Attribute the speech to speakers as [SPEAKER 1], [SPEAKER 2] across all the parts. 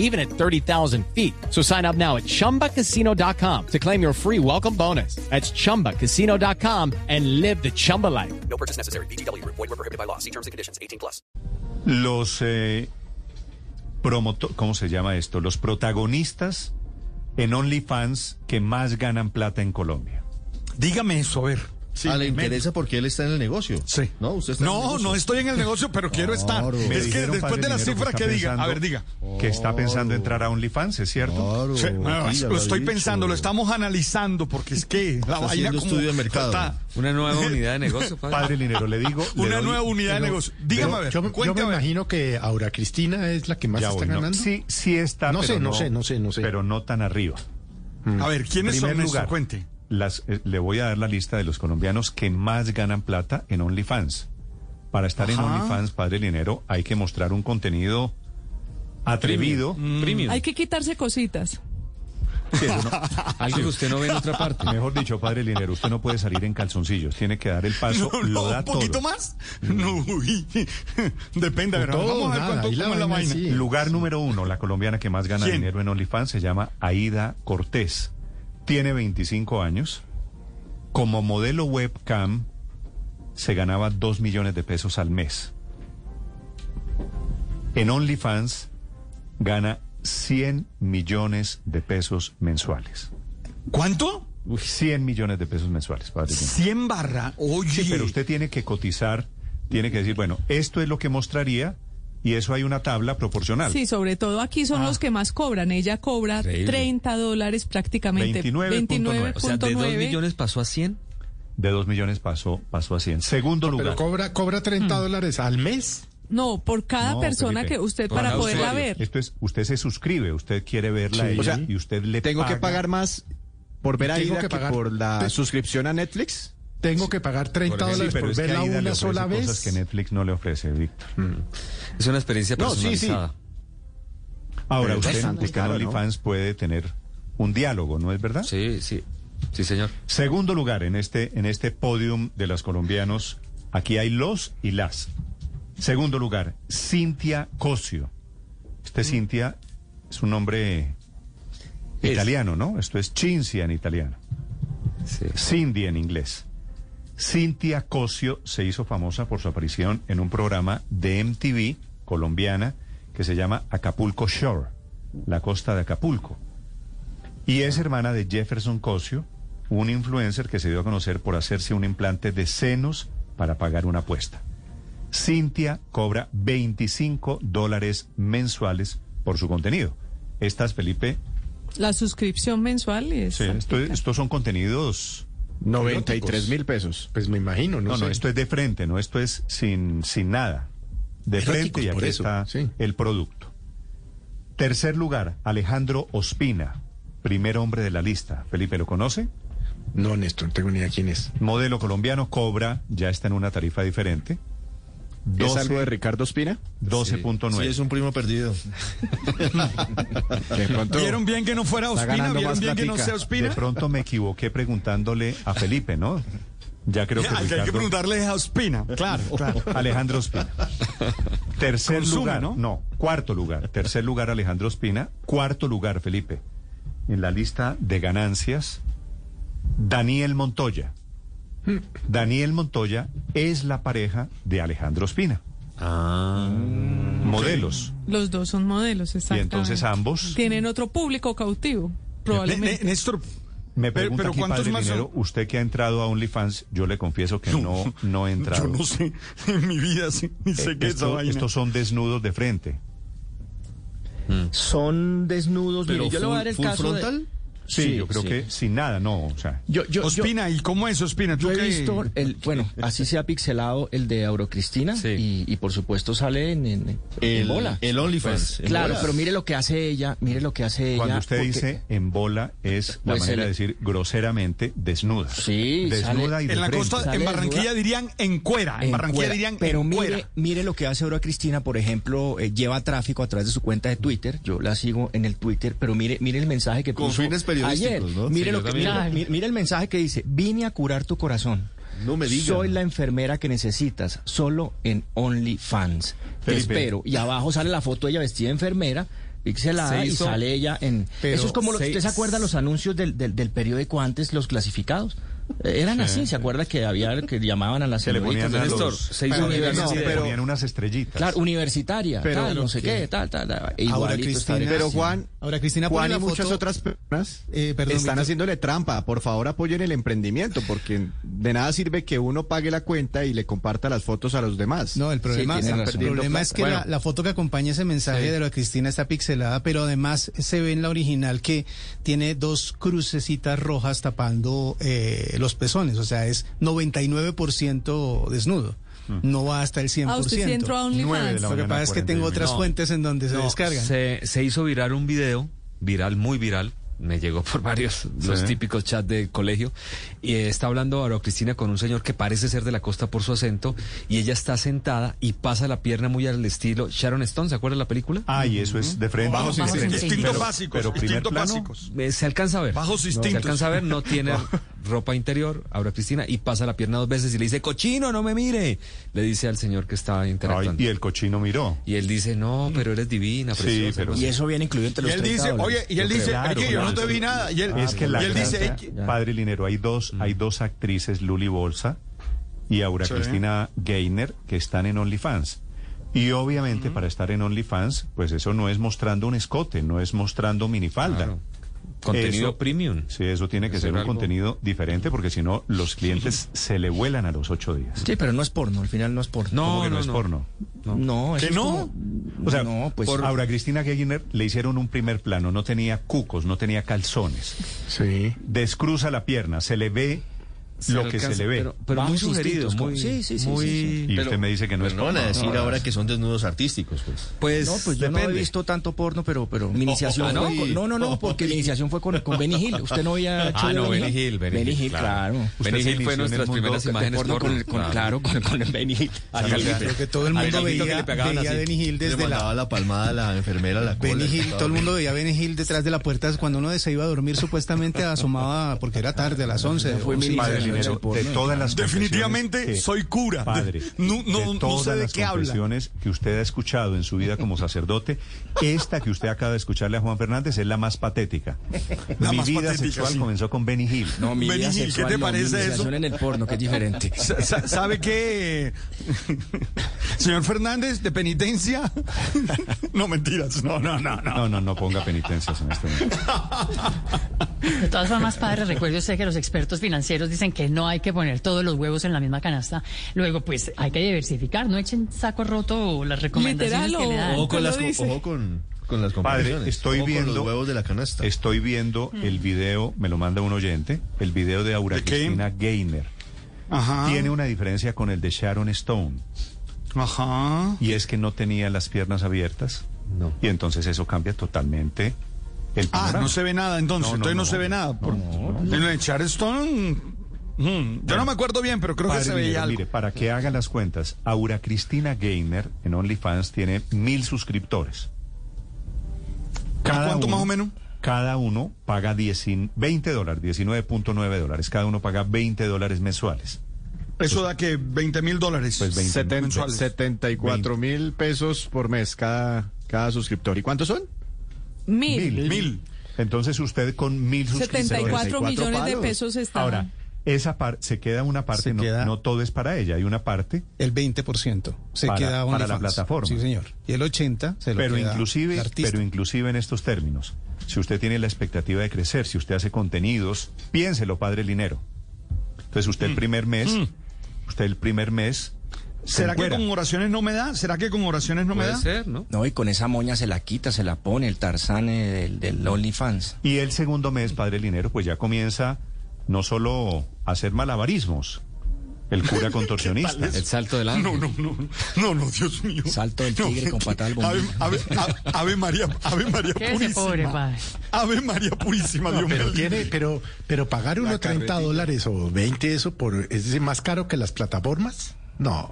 [SPEAKER 1] even at 30,000 feet. So sign up now at ChumbaCasino.com to claim your free welcome bonus. That's ChumbaCasino.com and live the Chumba life.
[SPEAKER 2] No purchase necessary. BGW. Void were prohibited by law. See terms and conditions. 18 plus.
[SPEAKER 3] los eh, promoto- ¿cómo se llama esto? Los protagonistas en OnlyFans que más ganan plata en Colombia.
[SPEAKER 4] Dígame eso, a ver.
[SPEAKER 5] ah, le
[SPEAKER 4] tremendo.
[SPEAKER 5] interesa porque él está en el negocio.
[SPEAKER 4] Sí.
[SPEAKER 5] No, usted está en el
[SPEAKER 4] no,
[SPEAKER 5] negocio.
[SPEAKER 4] no estoy en el negocio, pero quiero estar.
[SPEAKER 5] Claro. Me
[SPEAKER 4] Es que
[SPEAKER 3] dijeron,
[SPEAKER 4] después
[SPEAKER 3] padre
[SPEAKER 4] de la
[SPEAKER 3] Linero,
[SPEAKER 4] cifra
[SPEAKER 3] está
[SPEAKER 4] que diga, a
[SPEAKER 3] pensando- Oh,
[SPEAKER 4] ver, diga.
[SPEAKER 3] Que está pensando entrar a OnlyFans, ¿es cierto?
[SPEAKER 5] Claro,
[SPEAKER 4] Sí, bueno,
[SPEAKER 5] aquí ya
[SPEAKER 4] lo, estoy
[SPEAKER 5] ha
[SPEAKER 4] pensando,
[SPEAKER 5] dicho.
[SPEAKER 4] lo estamos analizando, porque es que la
[SPEAKER 5] Está
[SPEAKER 4] vaina
[SPEAKER 5] haciendo
[SPEAKER 4] como
[SPEAKER 5] estudio de mercado.
[SPEAKER 4] está-
[SPEAKER 6] Una nueva unidad de negocio, padre.
[SPEAKER 3] Padre Linero, le digo. le
[SPEAKER 4] Una
[SPEAKER 3] doy-
[SPEAKER 4] nueva unidad de
[SPEAKER 3] pero-
[SPEAKER 4] negocio. Dígame, a ver,
[SPEAKER 7] Yo, me- yo
[SPEAKER 4] cuente,
[SPEAKER 7] me
[SPEAKER 4] a ver.
[SPEAKER 7] imagino que Aura Cristina es la que más
[SPEAKER 3] Ya
[SPEAKER 7] está
[SPEAKER 3] voy, no.
[SPEAKER 7] ganando.
[SPEAKER 3] Sí, sí está.
[SPEAKER 7] No sé,
[SPEAKER 3] pero
[SPEAKER 7] no sé, no sé, no sé.
[SPEAKER 3] Pero no tan arriba.
[SPEAKER 4] A ver, ¿quiénes
[SPEAKER 3] primer
[SPEAKER 4] son
[SPEAKER 3] lugar,
[SPEAKER 4] esos? Cuente.
[SPEAKER 3] Las, eh, le voy a dar la lista de los colombianos que más ganan plata en OnlyFans. Para estar en OnlyFans, Padre Linero, hay que mostrar un contenido atrevido.
[SPEAKER 6] Mm. Premium.
[SPEAKER 8] Hay que quitarse cositas.
[SPEAKER 6] Algo que usted no ve en otra parte.
[SPEAKER 3] Mejor dicho, padre Linero, usted no puede salir en calzoncillos, tiene que dar el paso,
[SPEAKER 4] No,
[SPEAKER 3] lo
[SPEAKER 4] no,
[SPEAKER 3] da
[SPEAKER 4] un poquito
[SPEAKER 3] todo.
[SPEAKER 4] más. No, uy. Depende, a ver,
[SPEAKER 7] todo,
[SPEAKER 4] vamos a ver
[SPEAKER 7] nada,
[SPEAKER 4] cuánto
[SPEAKER 7] ahí la
[SPEAKER 4] cómo es la
[SPEAKER 7] vaina
[SPEAKER 4] vaina.
[SPEAKER 7] sí.
[SPEAKER 3] Lugar número uno, la colombiana que más gana
[SPEAKER 4] ¿Quién?
[SPEAKER 3] dinero en OnlyFans se llama Aida Cortés. Tiene 25 años. Como modelo webcam se ganaba 2 millones de pesos al mes. En OnlyFans gana 100 millones de pesos mensuales.
[SPEAKER 4] ¿Cuánto?
[SPEAKER 3] 100 millones de pesos mensuales, padre. Linero.
[SPEAKER 4] 100 barra. Oye.
[SPEAKER 3] Sí, pero usted tiene que cotizar, tiene que decir, bueno, esto es lo que mostraría y eso hay una tabla proporcional.
[SPEAKER 8] Sí, sobre todo aquí son los que más cobran. Ella cobra
[SPEAKER 6] Increíble.
[SPEAKER 8] 30 dólares prácticamente.
[SPEAKER 3] 29.9.
[SPEAKER 6] O sea, de 2
[SPEAKER 8] 29.9.
[SPEAKER 6] millones pasó a 100.
[SPEAKER 3] De 2 millones pasó, pasó a 100. Segundo
[SPEAKER 7] Pero
[SPEAKER 3] lugar,
[SPEAKER 7] cobra, cobra 30
[SPEAKER 4] Hmm.
[SPEAKER 7] dólares al mes.
[SPEAKER 8] No, por cada
[SPEAKER 3] No,
[SPEAKER 8] persona
[SPEAKER 3] Felipe.
[SPEAKER 8] que usted
[SPEAKER 6] Por
[SPEAKER 8] para
[SPEAKER 6] cada
[SPEAKER 8] poderla
[SPEAKER 6] usuario.
[SPEAKER 8] ver.
[SPEAKER 3] esto es, usted se suscribe, usted quiere verla a
[SPEAKER 7] Sí.
[SPEAKER 3] ella
[SPEAKER 7] O sea,
[SPEAKER 3] y usted le
[SPEAKER 9] Tengo que
[SPEAKER 3] paga.
[SPEAKER 9] pagar más por ver a
[SPEAKER 7] Tengo
[SPEAKER 9] Aida que,
[SPEAKER 7] que pagar.
[SPEAKER 9] por la
[SPEAKER 7] Te-
[SPEAKER 9] suscripción a Netflix.
[SPEAKER 7] Tengo que pagar 30
[SPEAKER 6] Por ejemplo,
[SPEAKER 7] dólares
[SPEAKER 3] Pero
[SPEAKER 7] por
[SPEAKER 3] es que
[SPEAKER 7] verla
[SPEAKER 3] Aida le
[SPEAKER 7] una
[SPEAKER 3] ofrece
[SPEAKER 7] sola
[SPEAKER 3] cosas
[SPEAKER 7] vez.
[SPEAKER 3] que Netflix no le ofrece, Víctor.
[SPEAKER 6] Es una experiencia
[SPEAKER 9] No, sí,
[SPEAKER 6] personalizada.
[SPEAKER 3] Ahora,
[SPEAKER 9] Pero es
[SPEAKER 3] usted,
[SPEAKER 9] bastante
[SPEAKER 3] usted en
[SPEAKER 9] caro, ¿no?
[SPEAKER 3] OnlyFans puede tener un diálogo, ¿no es verdad?
[SPEAKER 6] sí, sí. Sí, señor.
[SPEAKER 3] Segundo lugar en este, en este podium de las colombianos, aquí hay los y las. Segundo lugar, Cintia Cosio.
[SPEAKER 7] Mm.
[SPEAKER 3] Este Cintia es un nombre
[SPEAKER 6] Es.
[SPEAKER 3] italiano, ¿no? Esto es Cinzia en italiano.
[SPEAKER 6] Sí.
[SPEAKER 3] Cindy en inglés. Cintia Cosio se hizo famosa por su aparición en un programa de MTV colombiana que se llama Acapulco Shore, la costa de Acapulco. Y es hermana de Jefferson Cosio, un influencer que se dio a conocer por hacerse un implante de senos para pagar una apuesta. Cintia cobra 25 dólares mensuales por su contenido. Estas, Felipe,
[SPEAKER 8] La suscripción mensual es.
[SPEAKER 3] esto- estos son contenidos
[SPEAKER 9] 93 mil pesos.
[SPEAKER 7] Pues me imagino, no,
[SPEAKER 3] No,
[SPEAKER 7] sé.
[SPEAKER 3] no, esto es de frente, no, esto es sin, sin nada. De frente
[SPEAKER 9] Eróticos,
[SPEAKER 3] y
[SPEAKER 9] por
[SPEAKER 3] aquí
[SPEAKER 9] eso,
[SPEAKER 3] está
[SPEAKER 7] sí.
[SPEAKER 3] el producto. Tercer lugar, Alejandro Ospina, primer hombre de la lista. Felipe, ¿lo conoce?
[SPEAKER 7] No, Néstor, no tengo ni idea quién es.
[SPEAKER 3] Modelo colombiano, cobra, ya está en una tarifa diferente.
[SPEAKER 9] ¿Es algo de
[SPEAKER 3] 12,
[SPEAKER 9] Ricardo Espina?
[SPEAKER 3] 12.9.
[SPEAKER 5] Sí, es un primo perdido.
[SPEAKER 9] Que de pronto-
[SPEAKER 4] ¿Vieron bien que no fuera
[SPEAKER 9] Está
[SPEAKER 4] Ospina?
[SPEAKER 9] ganando
[SPEAKER 4] ¿Vieron
[SPEAKER 9] más
[SPEAKER 4] bien que no
[SPEAKER 9] platica.
[SPEAKER 4] sea Ospina?
[SPEAKER 3] De pronto me equivoqué preguntándole a Felipe, ¿no? Ya creo que,
[SPEAKER 4] Al que hay que
[SPEAKER 3] Ricardo-
[SPEAKER 4] preguntarle es a Ospina. Claro, claro.
[SPEAKER 3] Alejandro Espina. Tercer
[SPEAKER 4] Consume,
[SPEAKER 3] lugar,
[SPEAKER 4] ¿no?
[SPEAKER 3] ¿no? cuarto lugar. Tercer lugar, Alejandro Espina. Cuarto lugar, Felipe. En la lista de ganancias, Daniel Montoya. Daniel Montoya es la pareja de Alejandro Espina.
[SPEAKER 4] Ah.
[SPEAKER 3] Modelos.
[SPEAKER 8] Los dos son modelos,
[SPEAKER 3] Y
[SPEAKER 8] exactamente.
[SPEAKER 3] entonces ambos.
[SPEAKER 8] Tienen otro público cautivo,
[SPEAKER 4] Ne- ne-
[SPEAKER 8] probablemente.
[SPEAKER 4] Néstor,
[SPEAKER 3] Me
[SPEAKER 4] Pero-
[SPEAKER 3] pregunta
[SPEAKER 4] pero
[SPEAKER 3] aquí,
[SPEAKER 4] ¿cuántos
[SPEAKER 3] padre
[SPEAKER 4] más
[SPEAKER 3] Linero,
[SPEAKER 4] son?
[SPEAKER 3] usted que ha entrado a OnlyFans, yo le confieso que no, no, he entrado. Eh,
[SPEAKER 4] yo no sé, en mi vida sí, ni sé qué es esa
[SPEAKER 3] Esto-
[SPEAKER 4] vaina.
[SPEAKER 3] estos son desnudos de frente.
[SPEAKER 9] Son desnudos.
[SPEAKER 5] Pero
[SPEAKER 9] mire, yo le voy
[SPEAKER 5] full-
[SPEAKER 9] a dar el
[SPEAKER 5] full
[SPEAKER 9] caso. de-
[SPEAKER 5] frontal?
[SPEAKER 3] Sí,
[SPEAKER 6] Sí,
[SPEAKER 3] yo creo
[SPEAKER 6] sí.
[SPEAKER 3] que sin nada, no. O sea,
[SPEAKER 6] Yo, yo, yo-
[SPEAKER 4] Ospina, ¿y cómo es, Ospina? ¿Tú
[SPEAKER 6] yo he
[SPEAKER 4] qué-
[SPEAKER 6] visto, eh, el, bueno, así se ha pixelado el de Aurocristina
[SPEAKER 9] Sí.
[SPEAKER 6] y, y por supuesto sale en, en- en
[SPEAKER 5] El,
[SPEAKER 6] bola.
[SPEAKER 5] el OnlyFans. en
[SPEAKER 6] Pues, claro,
[SPEAKER 5] bola.
[SPEAKER 6] pero mire lo que hace ella, mire lo que hace ella.
[SPEAKER 3] cuando usted
[SPEAKER 6] porque-
[SPEAKER 3] dice en bola es la
[SPEAKER 6] Pues
[SPEAKER 3] manera
[SPEAKER 6] el-
[SPEAKER 3] de decir groseramente desnuda.
[SPEAKER 6] Sí,
[SPEAKER 3] desnuda
[SPEAKER 6] sale-
[SPEAKER 3] y de
[SPEAKER 4] En la
[SPEAKER 3] frente.
[SPEAKER 4] costa,
[SPEAKER 6] Sale
[SPEAKER 4] en
[SPEAKER 6] de
[SPEAKER 4] Barranquilla
[SPEAKER 6] duda.
[SPEAKER 4] dirían en cuera. En Barranquilla
[SPEAKER 6] cuera.
[SPEAKER 4] dirían
[SPEAKER 6] Pero
[SPEAKER 4] en
[SPEAKER 6] mire,
[SPEAKER 4] cuera.
[SPEAKER 6] mire lo que hace ahora Cristina, por ejemplo, eh, lleva tráfico a través de su cuenta de Twitter. Yo la sigo en el Twitter, pero mire, mire el mensaje que
[SPEAKER 5] Con
[SPEAKER 6] puso
[SPEAKER 5] fines periodísticos,
[SPEAKER 6] ayer.
[SPEAKER 5] ¿no?
[SPEAKER 6] Mire,
[SPEAKER 5] Sí,
[SPEAKER 6] lo
[SPEAKER 5] yo
[SPEAKER 6] que,
[SPEAKER 5] también.
[SPEAKER 6] mire- mire- mire el mensaje que dice: Vine a curar tu corazón.
[SPEAKER 5] No me diga.
[SPEAKER 6] Soy la enfermera que necesitas, solo en OnlyFans. Te
[SPEAKER 3] Felipe.
[SPEAKER 6] espero. Y abajo sale la foto de ella vestida de enfermera. Pixelada
[SPEAKER 9] Se hizo-
[SPEAKER 6] y sale ella en.
[SPEAKER 9] pero
[SPEAKER 6] Eso es como. Los,
[SPEAKER 9] se-
[SPEAKER 6] ¿Usted se acuerda los anuncios del, del, del periódico antes, los clasificados? Eh, Eran así, ¿se acuerda que había que llamaban a las
[SPEAKER 3] Que le
[SPEAKER 6] señoritas?
[SPEAKER 3] ponían a
[SPEAKER 6] Néstor?
[SPEAKER 3] los-
[SPEAKER 9] se hizo
[SPEAKER 3] no,
[SPEAKER 9] viral,
[SPEAKER 3] no,
[SPEAKER 9] sí,
[SPEAKER 3] le
[SPEAKER 9] pero-
[SPEAKER 3] ponían unas estrellitas.
[SPEAKER 6] Claro, universitaria,
[SPEAKER 9] Pero-
[SPEAKER 6] tal, no sé
[SPEAKER 9] ¿qué?
[SPEAKER 6] qué, tal, tal, tal.
[SPEAKER 10] E
[SPEAKER 6] e igualito está
[SPEAKER 9] Cristina,
[SPEAKER 6] Alexis.
[SPEAKER 9] pero Juan,
[SPEAKER 10] Ahora, Cristina,
[SPEAKER 9] Juan
[SPEAKER 10] pone
[SPEAKER 9] y
[SPEAKER 10] la
[SPEAKER 9] muchas
[SPEAKER 10] foto-
[SPEAKER 9] otras personas
[SPEAKER 10] Eh,
[SPEAKER 9] están
[SPEAKER 10] perdón, Víctor.
[SPEAKER 9] haciéndole trampa. Por favor, apoyen el emprendimiento, porque de nada sirve que uno pague la cuenta y le comparta las fotos a los demás.
[SPEAKER 10] No, el problema,
[SPEAKER 6] tiene
[SPEAKER 10] el
[SPEAKER 6] razón.
[SPEAKER 10] problema es que
[SPEAKER 9] Bueno.
[SPEAKER 10] la, la foto que acompaña ese mensaje de la Cristina está pixelada, pero además se ve en la original que tiene dos crucecitas rojas tapando eh, los pezones, o sea, es 99% desnudo,
[SPEAKER 5] Mm.
[SPEAKER 10] no va hasta el 100%.
[SPEAKER 8] Ah, usted sí entró a
[SPEAKER 3] Nueve de
[SPEAKER 8] OnlyFans.
[SPEAKER 3] la
[SPEAKER 10] Lo que
[SPEAKER 3] mañana,
[SPEAKER 10] pasa es que tengo
[SPEAKER 3] 41
[SPEAKER 10] otras
[SPEAKER 3] minutos.
[SPEAKER 10] fuentes en donde se descargan.
[SPEAKER 11] Se, se hizo viral un video, viral, muy viral. Me llegó por varios, los
[SPEAKER 3] Sí.
[SPEAKER 11] típicos chats de colegio. Y eh, está hablando Aura Cristina con un señor que parece ser de la costa por su acento. Y ella está sentada y pasa la pierna muy al estilo Sharon Stone. ¿Se acuerda de la película?
[SPEAKER 3] Ay, eso es de frente.
[SPEAKER 4] Bajos
[SPEAKER 8] Bajos
[SPEAKER 4] instintos,
[SPEAKER 8] instintos.
[SPEAKER 4] instintos
[SPEAKER 3] Pero-
[SPEAKER 4] básicos.
[SPEAKER 3] pero primer
[SPEAKER 4] instintos
[SPEAKER 3] plano.
[SPEAKER 4] básicos.
[SPEAKER 11] Eh, se alcanza a ver.
[SPEAKER 4] Bajos
[SPEAKER 11] No,
[SPEAKER 4] instintos.
[SPEAKER 11] se alcanza a ver, no tiene ropa interior, Aura Cristina, y pasa la pierna dos veces y le dice, cochino, no me mire. Le dice al señor que estaba
[SPEAKER 3] Ay,
[SPEAKER 11] interactuando.
[SPEAKER 3] y el cochino miró.
[SPEAKER 11] Y él dice, no, pero eres divina,
[SPEAKER 3] Sí,
[SPEAKER 11] preciosa.
[SPEAKER 3] pero-
[SPEAKER 11] no sé".
[SPEAKER 6] Y eso viene incluido entre
[SPEAKER 4] Y
[SPEAKER 6] los
[SPEAKER 4] él
[SPEAKER 6] 30
[SPEAKER 4] dice, oye,
[SPEAKER 6] dólares.
[SPEAKER 4] y él
[SPEAKER 6] Yo
[SPEAKER 4] dice,
[SPEAKER 6] creo.
[SPEAKER 4] es que yo no te vi nada. Y él,
[SPEAKER 3] es que la
[SPEAKER 4] Ah, pues, y él dice,
[SPEAKER 3] gracia,
[SPEAKER 4] "Es que-
[SPEAKER 3] padre Linero, hay dos, hay dos actrices, Luli Bolsa y Aura
[SPEAKER 4] Sí.
[SPEAKER 3] Cristina Gaynor, que están en OnlyFans. Y obviamente para estar en OnlyFans, pues eso no es mostrando un escote, no es mostrando minifalda.
[SPEAKER 11] Claro. Contenido
[SPEAKER 3] Eso-
[SPEAKER 11] premium.
[SPEAKER 3] Sí, eso tiene que
[SPEAKER 11] Eso
[SPEAKER 3] ser un
[SPEAKER 11] era algo-
[SPEAKER 3] contenido diferente porque si no, los clientes se le vuelan a los ocho días.
[SPEAKER 6] Sí, pero no es porno, al final no es porno.
[SPEAKER 3] Como
[SPEAKER 11] No,
[SPEAKER 3] que no,
[SPEAKER 11] no,
[SPEAKER 3] es
[SPEAKER 11] no.
[SPEAKER 3] porno.
[SPEAKER 6] No, eso
[SPEAKER 4] ¿Que
[SPEAKER 6] es
[SPEAKER 4] no?
[SPEAKER 6] como-
[SPEAKER 3] O sea,
[SPEAKER 6] no, pues
[SPEAKER 3] por... Aura Cristina Gaynor le hicieron un primer plano, no tenía cucos, no tenía calzones.
[SPEAKER 7] Sí.
[SPEAKER 3] descruza la pierna, se le ve
[SPEAKER 11] Se
[SPEAKER 3] lo que se
[SPEAKER 11] alcanza,
[SPEAKER 3] le ve.
[SPEAKER 11] Pero, pero muy
[SPEAKER 6] Bajos
[SPEAKER 11] sugerido,
[SPEAKER 6] instintos, como-
[SPEAKER 11] muy,
[SPEAKER 6] sí, sí, sí,
[SPEAKER 11] muy-
[SPEAKER 6] sí,
[SPEAKER 3] y usted me dice que no es
[SPEAKER 5] Pero no van a
[SPEAKER 3] porno.
[SPEAKER 5] decir ahora que son desnudos artísticos, pues.
[SPEAKER 11] Pues,
[SPEAKER 6] no, pues yo
[SPEAKER 11] depende.
[SPEAKER 6] no he visto tanto porno, pero, pero mi iniciación
[SPEAKER 11] oh,
[SPEAKER 6] fue
[SPEAKER 11] ¿no?
[SPEAKER 6] con- Ah, no, no, no, porque mi iniciación fue con, con Benny Hill. Usted no había hecho
[SPEAKER 11] Ah, no, Benny Hill, Benny Hill,
[SPEAKER 6] claro.
[SPEAKER 11] claro.
[SPEAKER 3] Usted
[SPEAKER 11] Benny
[SPEAKER 3] se
[SPEAKER 11] Hill
[SPEAKER 3] inició
[SPEAKER 11] fue
[SPEAKER 3] en
[SPEAKER 11] nuestras
[SPEAKER 3] el mundo
[SPEAKER 11] primeras
[SPEAKER 3] de
[SPEAKER 11] imágenes
[SPEAKER 6] Porno Ah.
[SPEAKER 11] porno.
[SPEAKER 6] con, el- con- claro, con, con el Benny Hill.
[SPEAKER 11] Al Calvito.
[SPEAKER 10] Creo que todo el
[SPEAKER 11] Al
[SPEAKER 10] mundo
[SPEAKER 11] Calvito que
[SPEAKER 10] veía,
[SPEAKER 11] le pegaban
[SPEAKER 10] veía a
[SPEAKER 11] así.
[SPEAKER 10] Benny Hill
[SPEAKER 5] le
[SPEAKER 10] desde la...
[SPEAKER 5] mandaba la... palmada a la enfermera, a la cola,
[SPEAKER 10] Benny
[SPEAKER 5] le
[SPEAKER 10] Hill,
[SPEAKER 5] estaba
[SPEAKER 10] todo el mundo
[SPEAKER 5] riendo.
[SPEAKER 10] veía a Benny Hill detrás de la puerta cuando uno se iba a dormir supuestamente asomaba porque era tarde a las 11
[SPEAKER 6] Fue
[SPEAKER 10] o
[SPEAKER 6] mi
[SPEAKER 10] sí,
[SPEAKER 3] Padre
[SPEAKER 6] Sí, sí,
[SPEAKER 3] Linero,
[SPEAKER 6] sí, sí,
[SPEAKER 3] de
[SPEAKER 6] sí.
[SPEAKER 3] todas las
[SPEAKER 4] Definitivamente
[SPEAKER 3] confesiones que-
[SPEAKER 4] soy cura.
[SPEAKER 3] Padre,
[SPEAKER 4] No, no- no
[SPEAKER 3] de todas
[SPEAKER 4] sé de
[SPEAKER 3] las
[SPEAKER 4] qué habla.
[SPEAKER 3] confesiones que usted ha escuchado en su vida como sacerdote, esta que usted acaba de escucharle a Juan Fernández es la más patética.
[SPEAKER 4] La
[SPEAKER 3] Mi
[SPEAKER 4] más
[SPEAKER 3] vida
[SPEAKER 4] patética,
[SPEAKER 3] sexual
[SPEAKER 4] sí.
[SPEAKER 3] comenzó con Benny Hill.
[SPEAKER 6] No, mi
[SPEAKER 4] Benny
[SPEAKER 6] vida
[SPEAKER 4] Hill, ¿qué
[SPEAKER 6] sexual,
[SPEAKER 4] te
[SPEAKER 6] no, mi
[SPEAKER 4] parece eso?
[SPEAKER 6] iniciación en el porno, que es diferente.
[SPEAKER 4] Sa- sa- ¿Sabe qué? Señor Fernández, de penitencia. No mentiras, no, no, no, no.
[SPEAKER 3] No, no, no ponga penitencias en este momento.
[SPEAKER 12] De todas formas, padre, recuerde usted que los expertos financieros dicen que no hay que poner todos los huevos en la misma canasta. Luego, pues, hay que diversificar, no echen saco roto las recomendaciones
[SPEAKER 8] Literal
[SPEAKER 12] que le
[SPEAKER 8] o-
[SPEAKER 12] dan.
[SPEAKER 5] Ojo con
[SPEAKER 8] Lo
[SPEAKER 5] las, co-
[SPEAKER 8] dice.
[SPEAKER 5] ojo con, con las
[SPEAKER 3] Padre,
[SPEAKER 5] comparaciones.
[SPEAKER 3] estoy
[SPEAKER 5] Ojo
[SPEAKER 3] viendo
[SPEAKER 5] con los huevos de la canasta.
[SPEAKER 3] Estoy viendo el video, me lo manda un oyente, el video de Aura
[SPEAKER 4] ¿De qué? Ah.
[SPEAKER 3] Cristina Gaynor.
[SPEAKER 4] Ajá.
[SPEAKER 3] Tiene una diferencia con el de Sharon Stone.
[SPEAKER 4] Ajá.
[SPEAKER 3] y es que no tenía las piernas abiertas.
[SPEAKER 11] No.
[SPEAKER 3] Y entonces eso cambia totalmente el
[SPEAKER 4] Ah,
[SPEAKER 3] panorama.
[SPEAKER 4] no se ve nada entonces.
[SPEAKER 3] No, no,
[SPEAKER 4] entonces no,
[SPEAKER 3] no.
[SPEAKER 4] se ve nada. Por...
[SPEAKER 3] No,
[SPEAKER 4] En el Charleston. mm, yo no me acuerdo bien, pero creo que
[SPEAKER 3] Padre
[SPEAKER 4] se veía
[SPEAKER 3] Linero,
[SPEAKER 4] algo.
[SPEAKER 3] mire, para que haga las cuentas, Aura Cristina Gaynor en OnlyFans tiene mil suscriptores.
[SPEAKER 4] ¿Cuánto más o menos?
[SPEAKER 3] Cada uno paga 10 20 dólares, 19.9 dólares. Cada uno paga 20 dólares mensuales.
[SPEAKER 4] Eso da que 20 mil dólares.
[SPEAKER 3] Pues 20
[SPEAKER 4] 70 mensuales.
[SPEAKER 9] 74 mil pesos por mes cada, cada suscriptor. ¿Y cuántos son?
[SPEAKER 8] Mil.
[SPEAKER 4] Mil.
[SPEAKER 3] Entonces usted con mil suscriptores.
[SPEAKER 8] 74 millones de
[SPEAKER 9] palos.
[SPEAKER 8] pesos estaban.
[SPEAKER 3] Ahora, esa parte se queda una parte,
[SPEAKER 10] Se
[SPEAKER 3] no-
[SPEAKER 10] queda-
[SPEAKER 3] no todo es para ella, hay una parte
[SPEAKER 10] el 20% se
[SPEAKER 3] Para-
[SPEAKER 10] queda
[SPEAKER 3] para la
[SPEAKER 10] OnlyFans.
[SPEAKER 3] plataforma.
[SPEAKER 10] Sí, señor. Y el 80 se lo
[SPEAKER 3] pero
[SPEAKER 10] queda el
[SPEAKER 3] inclusive
[SPEAKER 10] artista.
[SPEAKER 3] pero inclusive en estos términos si usted tiene la expectativa de crecer si usted hace contenidos
[SPEAKER 4] Mm.
[SPEAKER 3] piénselo padre Linero entonces usted el primer mes usted el primer mes
[SPEAKER 4] ¿Será que con oraciones no me da? ¿Será que con oraciones no me da?
[SPEAKER 11] ¿no?
[SPEAKER 6] No, y con esa moña se la quita, se la pone el Tarzán eh, del, del OnlyFans.
[SPEAKER 3] Y el segundo mes, padre Linero, pues ya comienza no solo a hacer malabarismos, el cura contorsionista.
[SPEAKER 11] El salto del
[SPEAKER 4] No, no, no, no, no, Dios mío.
[SPEAKER 6] Salto del tigre con patada al
[SPEAKER 4] Ave,
[SPEAKER 6] bombín.
[SPEAKER 4] ave, ave, ave María, Ave María
[SPEAKER 12] ¿Qué
[SPEAKER 4] Purísima.
[SPEAKER 12] ese pobre padre?
[SPEAKER 4] Ave María Purísima, Dios
[SPEAKER 7] No, pero
[SPEAKER 4] mío.
[SPEAKER 7] tiene, pero, pero pagar uno 30 dólares o 20 eso por, es decir, más caro que las plataformas, no.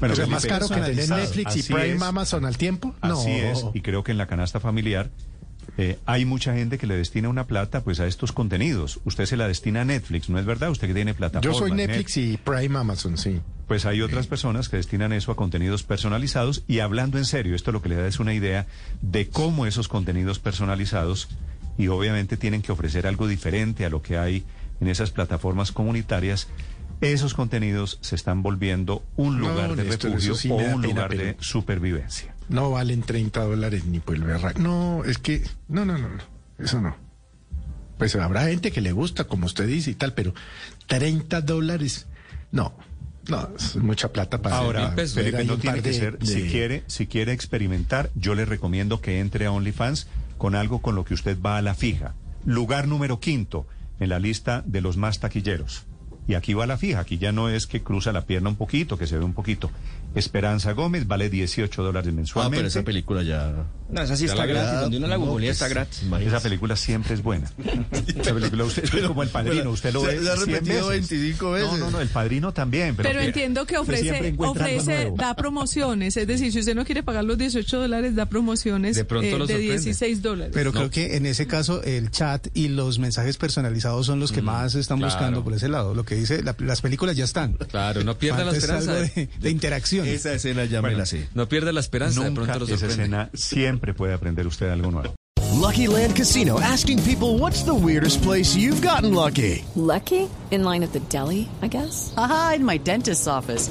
[SPEAKER 3] Bueno,
[SPEAKER 7] o sea,
[SPEAKER 3] Felipe,
[SPEAKER 7] más caro que tener
[SPEAKER 3] personalizado.
[SPEAKER 7] Netflix y
[SPEAKER 3] Así
[SPEAKER 7] Prime
[SPEAKER 3] es.
[SPEAKER 7] Amazon al tiempo, no.
[SPEAKER 3] Así es, y creo que en la canasta familiar eh, hay mucha gente que le destina una plata pues a estos contenidos. Usted se la destina a Netflix, ¿no es verdad? Usted que tiene plataforma.
[SPEAKER 7] Yo soy Netflix y Prime Amazon, sí.
[SPEAKER 3] Pues hay otras personas que destinan eso a contenidos personalizados y hablando en serio, esto lo que le da es una idea de cómo esos contenidos personalizados y obviamente tienen que ofrecer algo diferente a lo que hay en esas plataformas comunitarias. Esos contenidos se están volviendo un
[SPEAKER 7] No,
[SPEAKER 3] lugar de
[SPEAKER 7] Néstor,
[SPEAKER 3] refugio
[SPEAKER 7] eso sí
[SPEAKER 3] o
[SPEAKER 7] me da
[SPEAKER 3] un
[SPEAKER 7] pena,
[SPEAKER 3] lugar de
[SPEAKER 7] pero-
[SPEAKER 3] supervivencia.
[SPEAKER 7] No valen 30 dólares ni por el berraco. No, es que, no, no, no, no, eso no. Pues habrá gente que le gusta, como usted dice y tal, pero 30 dólares, no, no, es mucha plata para
[SPEAKER 3] Ahora,
[SPEAKER 7] para
[SPEAKER 5] pues,
[SPEAKER 7] ver
[SPEAKER 3] Felipe,
[SPEAKER 7] ahí
[SPEAKER 3] no
[SPEAKER 7] un
[SPEAKER 3] tiene
[SPEAKER 7] par
[SPEAKER 3] que
[SPEAKER 7] de-
[SPEAKER 3] ser.
[SPEAKER 7] de-
[SPEAKER 3] Si, quiere, si quiere experimentar, yo le recomiendo que entre a OnlyFans con algo con lo que usted va a la fija. Lugar número quinto en la lista de los más taquilleros. Y aquí va la fija, aquí ya no es que cruza la pierna un poquito, que se ve un poquito. Esperanza Gómez vale 18 dólares
[SPEAKER 5] Ah,
[SPEAKER 3] mensualmente.
[SPEAKER 5] pero esa película ya.
[SPEAKER 6] No, esa sí
[SPEAKER 5] ya
[SPEAKER 6] está
[SPEAKER 5] la
[SPEAKER 6] gratis,
[SPEAKER 5] graba-
[SPEAKER 6] donde uno la
[SPEAKER 5] no,
[SPEAKER 6] googlea
[SPEAKER 5] pues,
[SPEAKER 6] está gratis.
[SPEAKER 5] imagínese.
[SPEAKER 3] Esa película siempre es buena. Esa película usted es como el padrino, usted lo
[SPEAKER 5] se-
[SPEAKER 3] ve.
[SPEAKER 5] se ha
[SPEAKER 3] 100
[SPEAKER 5] repetido
[SPEAKER 3] veces.
[SPEAKER 5] 25
[SPEAKER 3] No, no,
[SPEAKER 5] veces.
[SPEAKER 3] no, el padrino también. Pero,
[SPEAKER 8] Pero entiendo que
[SPEAKER 3] siempre
[SPEAKER 8] ofrece,
[SPEAKER 3] encuentra algo
[SPEAKER 8] ofrece,
[SPEAKER 3] nuevo.
[SPEAKER 8] da promociones. Es decir, si usted no quiere pagar los 18 dólares, da promociones eh,
[SPEAKER 11] De pronto lo
[SPEAKER 8] de
[SPEAKER 11] sorprende.
[SPEAKER 8] 16 dólares.
[SPEAKER 10] Pero creo que en ese caso el chat y los mensajes personalizados son los que más están
[SPEAKER 11] claro.
[SPEAKER 10] buscando por ese lado. Lo que dice, la- las películas ya están.
[SPEAKER 11] Claro, no pierda la
[SPEAKER 10] Falta es
[SPEAKER 11] esperanza.
[SPEAKER 10] algo de, de interacción.
[SPEAKER 5] Esa escena ya
[SPEAKER 3] Bueno,
[SPEAKER 5] me la sé.
[SPEAKER 11] No pierda la esperanza, de
[SPEAKER 3] Nunca
[SPEAKER 11] pronto lo
[SPEAKER 3] esa
[SPEAKER 11] sorprende.
[SPEAKER 3] escena siempre puede aprender usted algo nuevo.
[SPEAKER 13] Lucky Land Casino asking people what's the weirdest place you've gotten lucky?
[SPEAKER 14] Lucky? In line at the deli, I guess? Aha, in my dentist's office.